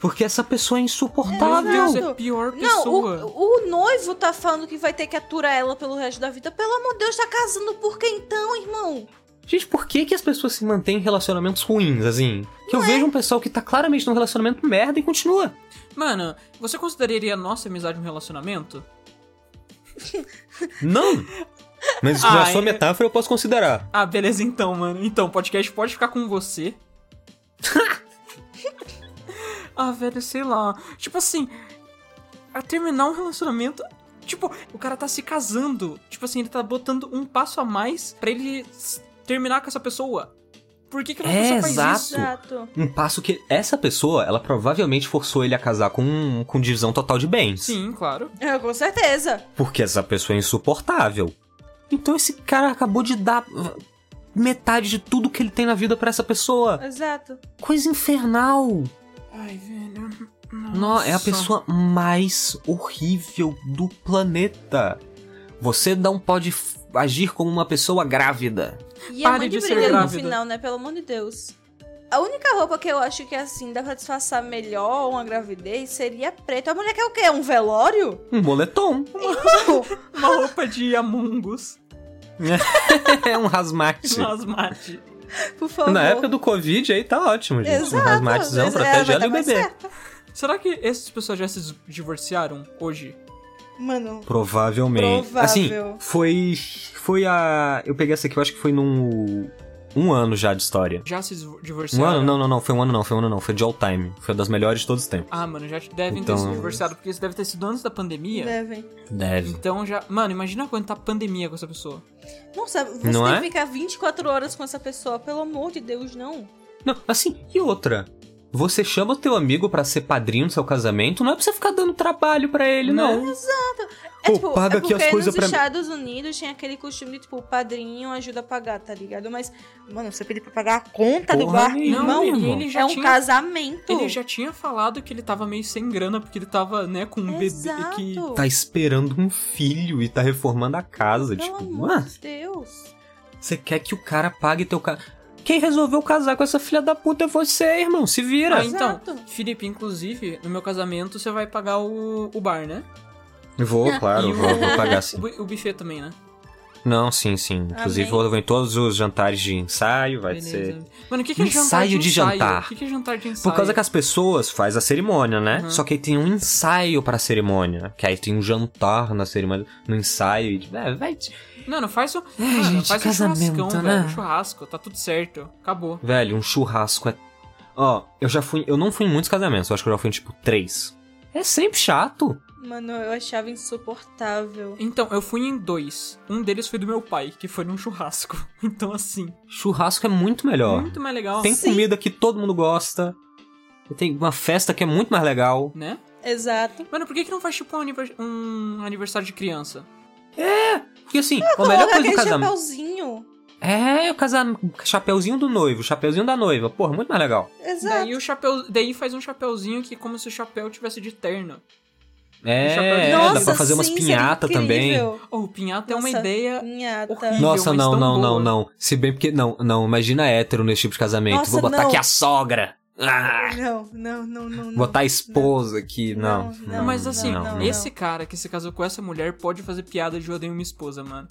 Porque essa pessoa é
Meu
insuportável.
Deus,
Exato.
é a pior
Tá Não,
pessoa.
o, o noivo tá falando que vai ter que aturar ela pelo resto da vida. Pelo amor de Deus, tá casando por que então, irmão?
Gente, por que, que as pessoas se mantêm em relacionamentos ruins, assim? Que
é.
eu vejo um pessoal que tá claramente num relacionamento merda e continua.
Mano, você consideraria a nossa amizade um relacionamento?
Não! Mas
Ah,
na sua
é-
metáfora eu posso considerar.
Ah, beleza então, mano. Então, o podcast pode ficar com você. ah, velho, sei lá. Tipo assim, a terminar um relacionamento. Tipo, o cara tá se casando. Tipo assim, ele tá botando um passo a mais pra ele s- terminar com essa pessoa. Por que, que uma
É,
pessoa faz
exato.
isso?
Exato.
Um passo que essa pessoa, ela provavelmente forçou ele a casar com, com divisão total de bens.
Sim, claro.
É, com certeza.
Porque essa pessoa é insuportável. Então esse cara acabou de dar uh, metade de tudo que ele tem na vida pra essa pessoa.
Exato.
Coisa infernal.
Ai, velho.
Não, é a pessoa mais horrível do planeta. Você não pode f- agir como uma pessoa grávida.
E
Pare
é muito
de ser
brilhante no
grávida.
final, né? Pelo amor de Deus. A única roupa que eu acho que, assim, dá pra disfarçar melhor uma gravidez seria preta. A mulher quer o quê? Um velório?
Um moletom.
Uma roupa de Amungus.
É um rasmate.
Masmate.
Por favor.
Na época do Covid aí tá ótimo, gente.
Exato.
um rasmatezão
mas ela vai
protegendo
tá
o
mais
bebê.
certa.
Será que essas pessoas já se divorciaram hoje?
Mano,
Provavelmente.
Provável.
Assim, foi. Foi a. Eu peguei essa aqui, eu acho que foi num. Um ano já de história.
Já se
Um
divorciaram?
ano? Não, não, não. Foi um ano, não. Foi um ano, não. Foi de all time. Foi das melhores de todos os tempos.
Ah, mano, já devem
Então-
ter se divorciado, porque isso deve ter sido antes da pandemia.
devem.
Deve.
Então já. Mano, imagina quando tá pandemia com essa pessoa.
Nossa, você
Não
tem
é?
que ficar 24 horas com essa pessoa. Pelo amor de Deus, não.
Não, assim, e outra? Você chama o teu amigo pra ser padrinho do seu casamento, não é pra você ficar dando trabalho pra ele, não.
É
Pô,
tipo,
paga
é
aqui
porque
as coisas
nos
pra mim.
Estados Unidos tinha aquele costume de, tipo, o padrinho ajuda a pagar, tá ligado? Mas, mano, você pedir pra pagar a conta do
Porra
bar,
nenhuma.
irmão,
e
irmão.
ele já
é um
tinha.
casamento.
Ele já tinha falado que ele tava meio sem grana, porque ele tava, né, com um
Exato.
bebê que.
Tá esperando um filho e tá reformando a casa.
Pelo
tipo,
amor
mano,
de Deus.
você quer que o cara pague teu cara. Quem resolveu casar com essa filha da puta é você, irmão. Se vira.
Ah, então,
Exato.
Felipe, inclusive, no meu casamento você vai pagar o, o bar, né?
Vou, claro,
E
vou,
o-
vou pagar
O,
sim.
bu- o buffet também, né?
Não, sim, sim. Inclusive,
Amém.
eu vou em todos os jantares de ensaio, vai ser. Um
Mano, o que, que é
Ensaio
jantar de,
de
ensaio?
jantar.
O que, que é jantar de ensaio?
Por causa que as pessoas faz a cerimônia, né?
Uhum.
Só que aí tem um ensaio pra cerimônia. Que aí tem um jantar na cerimônia, no ensaio. E, tipo, é, vai, te-
Mano, faz um.
É,
mano,
gente,
faz um
casamento,
churrascão,
né?
velho. Um churrasco, tá tudo certo. Acabou.
Velho, um churrasco é. Ó, eu já fui. Eu não fui em muitos casamentos, eu acho que eu já fui em tipo três. É sempre chato.
Mano, eu achava insuportável.
Então, eu fui em dois. Um deles foi do meu pai, que foi num churrasco. Então, assim,
Churrasco é muito melhor.
muito mais legal.
Tem comida que todo mundo gosta. E Tem uma festa que é muito mais legal.
Né?
Exato.
Mano, por que, que não faz tipo um, anivers- um aniversário de criança?
Porque assim, a melhor
Coloca
coisa do
aquele
casamento.
chapéuzinho.
É, o casamento. Chapeuzinho do noivo, chapeuzinho da noiva. Porra, muito mais legal.
Exato.
Daí o chapéu. Daí faz um chapéuzinho que é como se o chapéu tivesse de terno.
É,
chapéu de-
é,
Nossa,
dá pra fazer umas
sim, seria
pinhata também.
incrível.
Ou o pinhata é uma
Nossa.
ideia.
Pinhata.
Horrível.
Nossa,
mas
não,
tão
não, não,
boa.
não. Se bem porque. Não, não, imagina hétero nesse tipo de casamento.
Nossa,
Vou botar
não.
aqui a sogra. Ah!
Não, não, não, não. não.
botar a esposa aqui. Não,
Não, não,
Mas assim,
não, não.
esse cara que se casou com essa mulher pode fazer piada de eu odeio minha esposa, mano.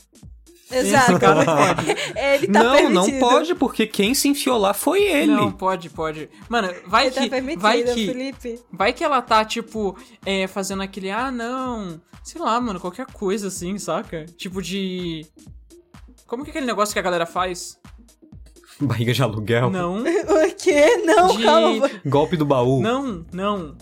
Esse
Exato.
cara pode.
Ele tá
não,
permitido.
não pode, porque quem se enfiou lá foi ele.
Não, pode, pode. Mano, vai
Ele tá
que.
permitido,
vai que.
Felipe.
Vai que ela tá, tipo, é, fazendo aquele, ah, não, sei lá, mano, qualquer coisa assim, saca? Tipo de. Como que é aquele negócio que a galera faz?
Barriga de aluguel.
Não,
O quê? Não,
De-
calma.
Golpe do baú.
não, não.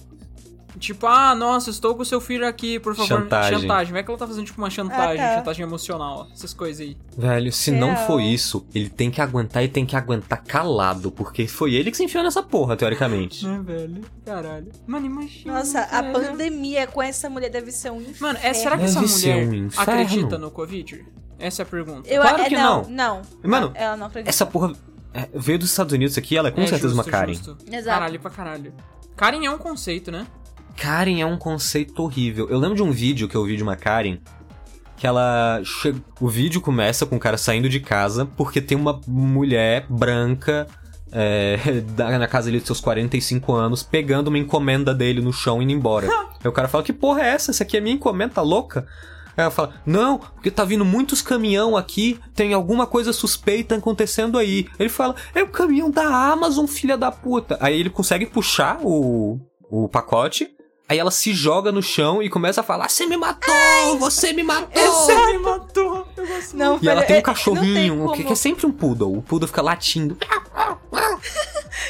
Tipo, ah, nossa, estou com seu filho aqui, por favor.
Chantagem.
chantagem. Como é que ela tá fazendo tipo uma chantagem,
Ah, tá.
chantagem emocional, ó, essas coisas aí.
Velho, se
Real.
não for isso, ele tem que aguentar e tem que aguentar calado, porque foi ele que se enfiou nessa porra, teoricamente.
Né, velho? Caralho. Mano, imagina.
Nossa, a
velho.
pandemia com essa mulher deve ser um inferno.
Mano, é, será que essa
Deve ser
mulher
um inferno.
acredita no Covid? Essa é a pergunta.
Eu,
Claro
é,
que
não. Não.
Mano,
ela não acredita.
Essa porra é, veio dos Estados Unidos aqui, ela é com
É,
certeza
justo,
uma Karen.
justo.
Exato.
Caralho pra caralho. Karen é um conceito, né?
Karen é um conceito horrível. Eu lembro de um vídeo que eu vi de uma Karen que ela chega. O vídeo começa com o cara saindo de casa porque tem uma mulher branca é, da- na casa ali dos seus 45 anos pegando uma encomenda dele no chão e indo embora. Aí o cara fala: Que porra é essa? Essa aqui é minha encomenda, tá louca? Aí ela fala, não, porque tá vindo muitos caminhão aqui, tem alguma coisa suspeita acontecendo aí. Ele fala, é o caminhão da Amazon, filha da puta. Aí ele consegue puxar o, o pacote, Aí ela se joga no chão e começa a falar: Você me matou! Você me matou!
Você me matou! Eu gosto
Não,
E ela
velho,
tem
é-
um cachorrinho,
Não
o que,
tem como.
que é sempre um poodle. O poodle fica latindo.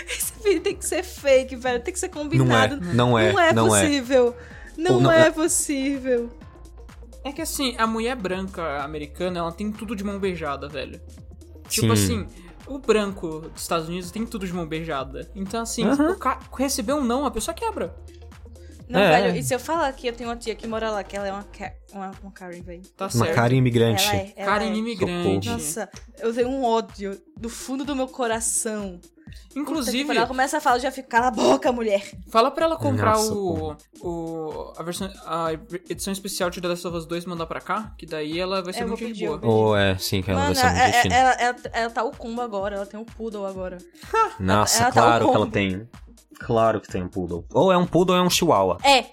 Esse vídeo tem que ser fake, velho. Tem que ser
Não é,
combinado.
não é, não é.
possível. Não,
Ou não-
é possível.
É que assim, a mulher branca americana, ela tem tudo de mão beijada, velho. Tipo
Sim.
assim, o branco dos Estados Unidos tem tudo de mão beijada. Então assim,
Aham.
o cara receber um não, a pessoa quebra.
Não,
É.
velho, e se eu falar que eu tenho uma tia que mora lá, que ela é uma, ca- uma, uma Karen, velho.
Tá
Uma
certo.
cara imigrante.
Ela é. Ela
Karen
é.
imigrante.
Nossa, eu tenho um ódio do fundo do meu coração.
Inclusive,
Quando ela começa a falar, eu já fico, cala a boca, mulher.
fala pra ela comprar
Nossa,
o, o a versão a edição especial de The Last of Us 2 e mandar pra cá, que daí ela vai ser
Eu vou
muito gente
pedir, eu
boa.
vou
Ou é, sim, que é uma
Mano,
versão
ela,
muito
ela,
fina.
ela, ela tá o combo agora, ela tem um poodle agora.
Nossa,
ela tá
claro
um
que ela
pombo.
tem. Claro que tem um poodle. Ou é um poodle ou é um chihuahua.
É.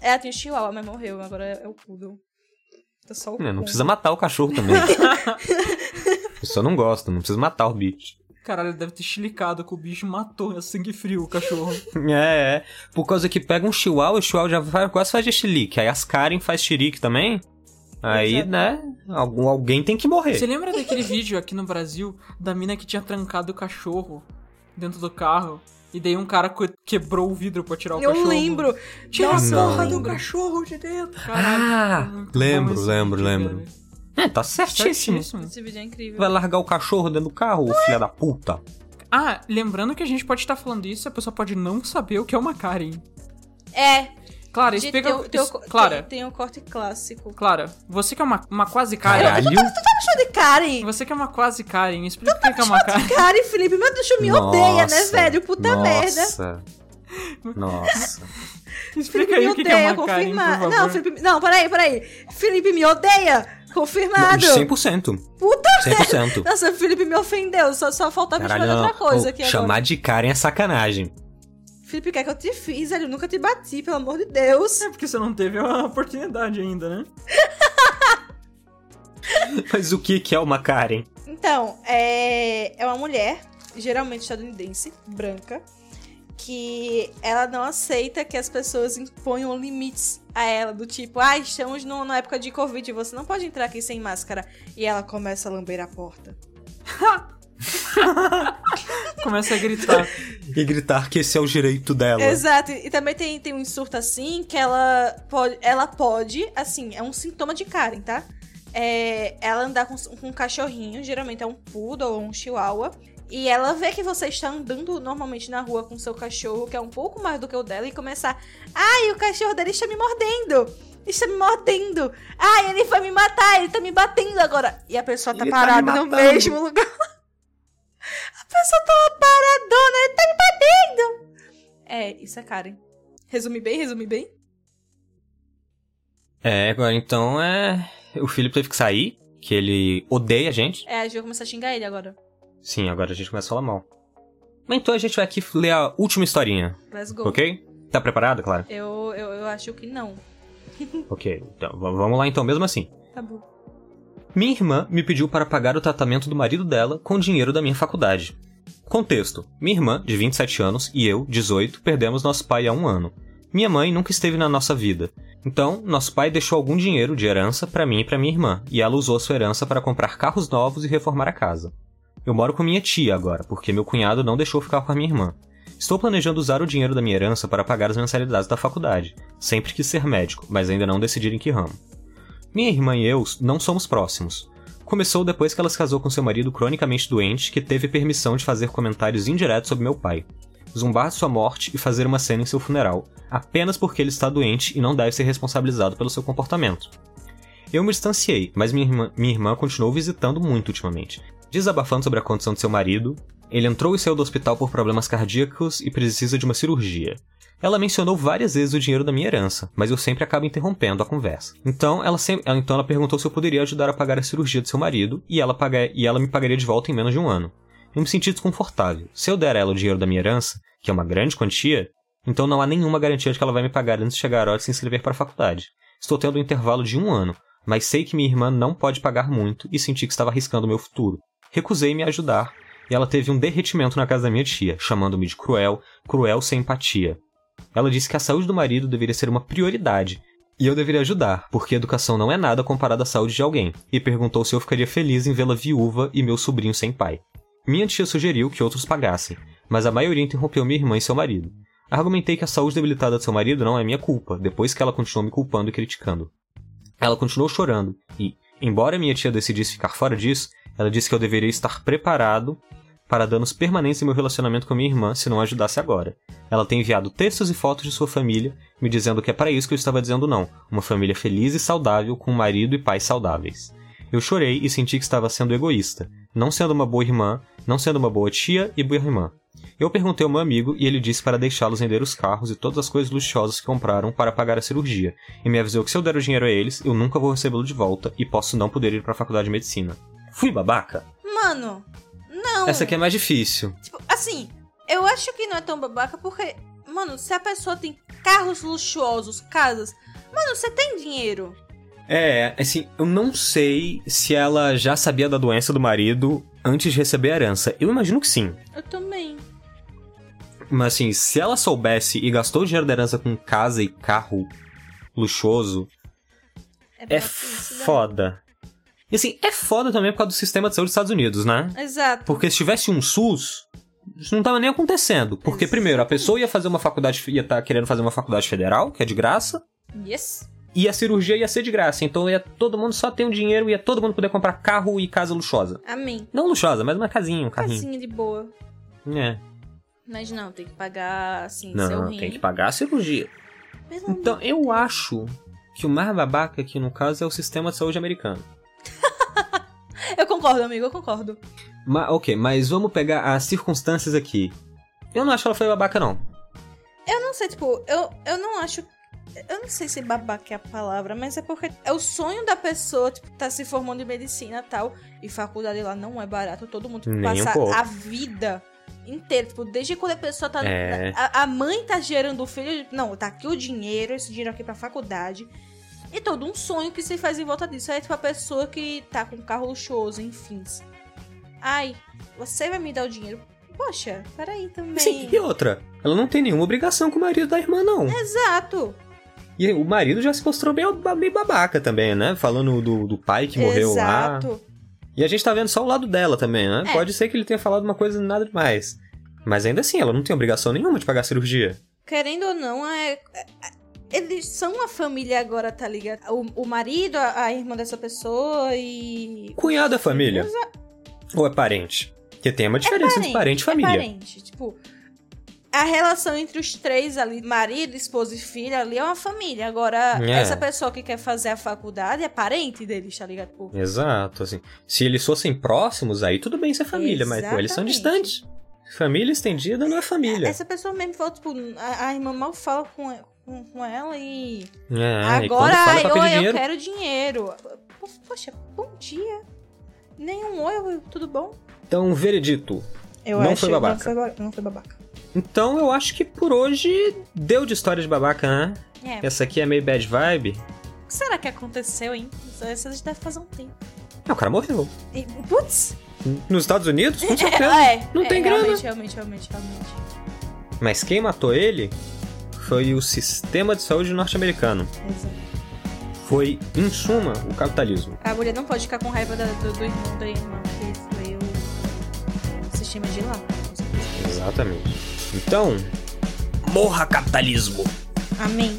Ela tem o chihuahua, mas morreu, agora é, é o poodle. Tá só o
Né, Não
combo.
precisa matar o cachorro também. Eu só não gosto, não precisa matar o bicho.
Caralho, deve ter chilicado que o bicho matou, é sangue frio o cachorro.
É, é. Por causa que pega um chihuahua, o chihuahua já vai, quase faz de xilique. Aí as Karen faz xilique também. Aí,
Exato.
né, algum, alguém tem que morrer.
Você lembra daquele vídeo aqui no Brasil da mina que tinha trancado o cachorro dentro do carro? E daí um cara que- quebrou o vidro pra tirar o
Eu
cachorro.
lembro.
Tira
Nossa,
a
eu
porra do
lembro.
cachorro de dentro, caralho.
Ah,
Muito bom
lembro,
esse
lembro,
vídeo,
lembro.
velho.
É, tá certíssimo.
Certíssimo.
Esse vídeo é incrível.
Vai largar o cachorro dentro do carro, ô filha da puta.
Ah, lembrando que a gente pode estar falando isso e a pessoa pode não saber o que é uma Karen.
É,
Clara,
de-
explica...
tem, o- tem, o
isso-
co-
Clara,
tem, tem o corte clássico.
Clara, você que é uma, uma quase Karen...
Caralho.
Deixa de Karen!
Você que é uma quase Karen, explica o que é uma Karen.
Karen, Felipe, meu Deus, me odeia, né, velho? Puta merda.
Nossa. Nossa.
Explica
me
aí o que que é uma
odeia,
Karen, por
confirmado.
favor.
Não, Felipe, não, peraí, peraí. Felipe me odeia, confirmado.
100%.
Puta
100%.
Nossa, o Felipe me ofendeu, só, só faltava me
Caralho,
chamar de outra
não.
coisa
Ô,
aqui
chamar
agora.
de Karen é sacanagem.
Felipe, o que é que eu te fiz, velho? Eu nunca te bati, pelo amor de Deus.
É porque você não teve a oportunidade ainda, né?
Mas o que que é uma Karen?
Então, é, é uma mulher, geralmente estadunidense, branca, que ela não aceita que as pessoas imponham limites a ela, do tipo, ah, estamos no- na época de Covid, você não pode entrar aqui sem máscara. E ela começa a lamber a porta.
Começa a gritar.
E gritar que esse é o direito dela.
Exato, e também tem, tem um surto assim que ela pode, ela pode, assim, é um sintoma de Karen, tá? É, ela andar com, com um cachorrinho, geralmente é um poodle ou um chihuahua, e ela vê que você está andando normalmente na rua com seu cachorro, que é um pouco mais do que o dela, e começar, ai, o cachorro dele está me mordendo, está me mordendo, ai, ele vai me matar, ele tá me batendo agora. E a pessoa tá
Ele tá me
parada no
matando.
mesmo lugar. A pessoa tá lá paradona, ele tá me batendo. É, isso é Karen. Resumi bem, resumi bem.
É, agora então é. O Felipe teve que sair, que ele odeia a gente.
É, a gente vai começar a xingar ele agora.
Sim, agora a gente começa a falar mal. Mas então a gente vai aqui ler a última historinha,
Let's go.
ok? Tá preparado, Clara?
Eu, eu, eu acho que não.
Ok, então v- vamos lá então, mesmo assim.
Tá bom.
Minha irmã me pediu para pagar o tratamento do marido dela com o dinheiro da minha faculdade. Contexto: minha irmã, de 27 anos, e eu, 18, perdemos nosso pai há um ano. Minha mãe nunca esteve na nossa vida. Então, nosso pai deixou algum dinheiro de herança para mim e para minha irmã, e ela usou sua herança para comprar carros novos e reformar a casa. Eu moro com minha tia agora, porque meu cunhado não deixou eu ficar com a minha irmã. Estou planejando usar o dinheiro da minha herança para pagar as mensalidades da faculdade. Sempre quis ser médico, mas ainda não decidi em que ramo. Minha irmã e eu não somos próximos. Começou depois que ela se casou com seu marido cronicamente doente, que teve permissão de fazer comentários indiretos sobre meu pai, zumbar de sua morte e fazer uma cena em seu funeral, apenas porque ele está doente e não deve ser responsabilizado pelo seu comportamento. Eu me distanciei, mas minha irmã, minha irmã continuou visitando muito ultimamente, desabafando sobre a condição de seu marido. Ele entrou e saiu do hospital por problemas cardíacos e precisa de uma cirurgia. Ela mencionou várias vezes o dinheiro da minha herança, mas eu sempre acabo interrompendo a conversa. Então ela, sempre, ela- então ela perguntou se eu poderia ajudar a pagar a cirurgia de seu marido e ela, paga- e ela me pagaria de volta em menos de um ano. Eu me senti desconfortável. Se eu der a ela o dinheiro da minha herança, que é uma grande quantia, então não há nenhuma garantia de que ela vai me pagar antes de chegar a hora de se inscrever para a faculdade. Estou tendo um intervalo de um ano, mas sei que minha irmã não pode pagar muito e senti que estava arriscando o meu futuro. Recusei-me a ajudar, e ela teve um derretimento na casa da minha tia, chamando-me de cruel, cruel sem empatia. Ela disse que a saúde do marido deveria ser uma prioridade, e eu deveria ajudar, porque a educação não é nada comparada à saúde de alguém, e perguntou se eu ficaria feliz em vê-la viúva e meu sobrinho sem pai. Minha tia sugeriu que outros pagassem, mas a maioria interrompeu minha irmã e seu marido. Argumentei que a saúde debilitada de seu marido não é minha culpa, depois que ela continuou me culpando e criticando. Ela continuou chorando, e, embora minha tia decidisse ficar fora disso, ela disse que eu deveria estar preparado para danos permanentes em meu relacionamento com minha irmã se não ajudasse agora. Ela tem enviado textos e fotos de sua família, me dizendo que é para isso que eu estava dizendo não, uma família feliz e saudável, com marido e pais saudáveis. Eu chorei e senti que estava sendo egoísta, não sendo uma boa irmã, não sendo uma boa tia e boa irmã. Eu perguntei ao meu amigo e ele disse para deixá-los vender os carros e todas as coisas luxuosas que compraram para pagar a cirurgia, e me avisou que se eu der o dinheiro a eles, eu nunca vou recebê-lo de volta e posso não poder ir para a faculdade de medicina. Fui babaca?
Mano, não.
Essa aqui é mais difícil.
Tipo, assim, eu acho que não é tão babaca porque, mano, se a pessoa tem carros luxuosos, casas, mano, você tem dinheiro.
É, assim, eu não sei se ela já sabia da doença do marido antes de receber a herança. Eu imagino que sim.
Eu também.
Mas assim, se ela soubesse e gastou o dinheiro da herança com casa e carro luxuoso, é
né?
foda. E assim, é foda também por causa do sistema de saúde dos Estados Unidos, né?
Exato.
Porque se tivesse um SUS, isso não tava nem acontecendo. Porque, primeiro, a pessoa ia fazer uma faculdade, ia estar querendo fazer uma faculdade federal, que é de graça,
Yes.
e a cirurgia ia ser de graça. Então ia todo mundo só ter um dinheiro, ia todo mundo poder comprar carro e casa luxuosa.
Amém.
Não luxuosa, mas uma casinha, um carrinho.
Casinha de boa.
É.
Mas não, tem que pagar, assim, seu
Não,
rim.
tem que pagar a cirurgia.
Mas não-
Então, eu acho que o mais babaca aqui, no caso, é o sistema de saúde americano.
Eu concordo, amigo, eu concordo.
Ma ok, mas vamos pegar as circunstâncias aqui. Eu não acho que ela foi babaca, não.
Eu não sei, tipo, eu, eu não acho. Eu não sei se babaca é a palavra, mas é porque é o sonho da pessoa, tipo, tá se formando em medicina e tal. E faculdade lá não é barato. Todo mundo tipo,
Nem um
passa
pouco.
a vida inteira. Tipo, desde quando a pessoa tá.
É.
A, a mãe tá gerando o filho. Não, tá aqui o dinheiro, esse dinheiro aqui pra faculdade. E todo um sonho que se faz em volta disso. Aí, tipo, a pessoa que tá com carro luxuoso, enfim. Ai, você vai me dar o dinheiro? Poxa, peraí também.
Sim, e outra, ela não tem nenhuma obrigação com o marido da irmã, não.
Exato.
E o marido já se mostrou meio, meio babaca também, né? Falando do, do pai que morreu lá.
Exato.
E a gente tá vendo só o lado dela também, né?
É.
Pode ser que ele tenha falado uma coisa nada demais. Mas ainda assim, ela não tem obrigação nenhuma de pagar a cirurgia.
Querendo ou não, é, é- eles são uma família agora, tá ligado? O, o marido, a, a irmã dessa pessoa e.
Cunhado é família?
Exa-
Ou é parente? Porque tem uma diferença entre parente e
É
família.
parente. Tipo, a relação entre os três ali, marido, esposa e filha ali, é uma família. Agora,
É.
essa pessoa que quer fazer a faculdade é parente deles, tá ligado? Tipo,
Exato, assim. Se eles fossem próximos, aí tudo bem ser família, mas pô, eles são
Exatamente.
distantes. Família estendida não é família.
essa pessoa mesmo falou, tipo, a, a irmã mal fala com, com, com ela e.
É, e quando
Agora,
fala
ai,
pra pedir
oi, eu
dinheiro,
quero dinheiro. Po- Poxa, bom dia. Nenhum oi, oi, tudo bom?
então veredito.
Eu
Não acho- foi babaca. não foi
não foi babaca.
Então eu acho que por hoje deu de história de babaca, né?
É.
Essa aqui é meio bad vibe.
O que será que aconteceu, hein? Isso isso a gente deve fazer um tempo.
Ah, o cara morreu.
E- Putz!
Nos Estados Unidos, com
Então,
certeza.
é,
não
é,
tem grana.
realmente, realmente, realmente, realmente.
Mas quem matou ele foi o sistema de saúde norte-americano.
Exato.
Foi, em suma, o capitalismo.
A mulher não pode ficar com raiva da- do, do irmão da irmã, que foi o, o um sistema de lá. né?
Exatamente. Então, morra capitalismo!
Amém.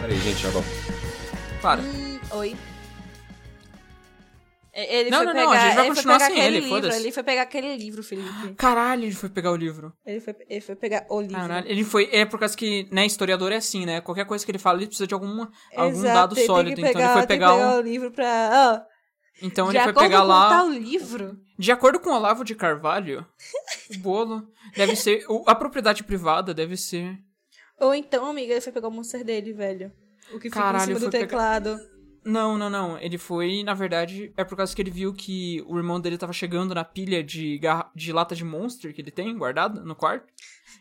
Peraí, gente, já volto.
Para.
Hum, oi. E- Ele
Não,
foi
não,
pegar,
não, a gente vai
ele foi
continuar
pegar
sem
aquele
ele,
livro,
foda-se.
ele foi pegar aquele livro, Felipe.
Caralho, ele foi pegar o livro.
Ele foi, ele foi pegar o livro.
Caralho, ele foi. É por causa que, né, historiador é assim, né? Qualquer coisa que ele fala, ele precisa de alguma, algum
Exato,
dado
ele tem
sólido.
que
então ele foi
tem que
pegar um.
o livro pra... ó,
Então
de
ele foi
acordo
pegar
com
lá.
tal livro...
De acordo com Olavo de Carvalho, o bolo deve ser. o- A propriedade privada deve ser.
Ou então, amiga, ele foi pegar o monster dele, velho. O que fica
Caralho,
em cima do
foi pegar-
teclado.
Não, não, não. Ele foi, na verdade, é por causa que ele viu que o irmão dele tava chegando na pilha de, garra... de lata de monster que ele tem guardada no quarto.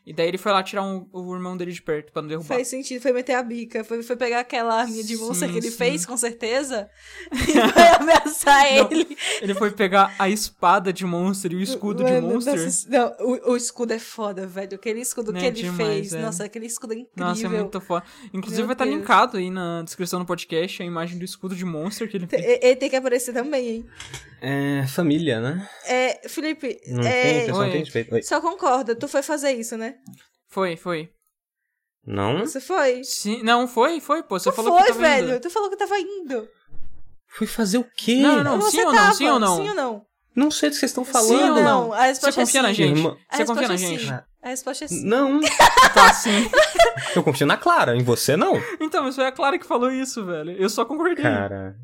E daí ele foi lá tirar um- o irmão dele de perto pra não derrubar.
Faz sentido, foi meter a bica. Foi, foi pegar aquela arminha de monstro
Sim,
que ele
sim.
fez, com certeza. E foi ameaçar
Não,
ele.
Ele foi pegar a espada de monster e o escudo de
Mano,
monster.
nossa, Não, o, o escudo é foda, velho. Aquele escudo
Né,
que ele
demais,
fez.
é.
Nossa, aquele escudo é incrível.
Nossa, é muito foda. Inclusive
Meu
vai estar
Deus.
linkado aí na descrição do podcast a imagem do escudo de monster que ele
Te-
fez.
e- Ele tem que aparecer também, hein?
É, família, né?
É, Felipe,
Não tem, o
é,
pensamento.
pessoal
Oi.
tem respeito. Oi.
só concorda, tu foi fazer isso, né?
Foi, foi.
Não?
Você foi?
Sim, não, foi, foi, pô. Você
tu
Hum? falou que
foi,
tava
velho.
indo.
Tu falou que tava indo.
Fui fazer o quê?
Não, não,
Você
sim ou
tava,
não, sim ou não?
Sim ou não?
Não sei do que vocês estão
Sim
falando.
ou não?
A resposta
Você confia
é sim.
na gente?
Irmã-
A
Você confia
resposta
na
é
gente?
sim. A resposta é sim.
Não,
Tá, sim.
eu confio na Clara, em você não.
Então, mas foi a Clara que falou isso, velho. Eu só concordei.
Cara,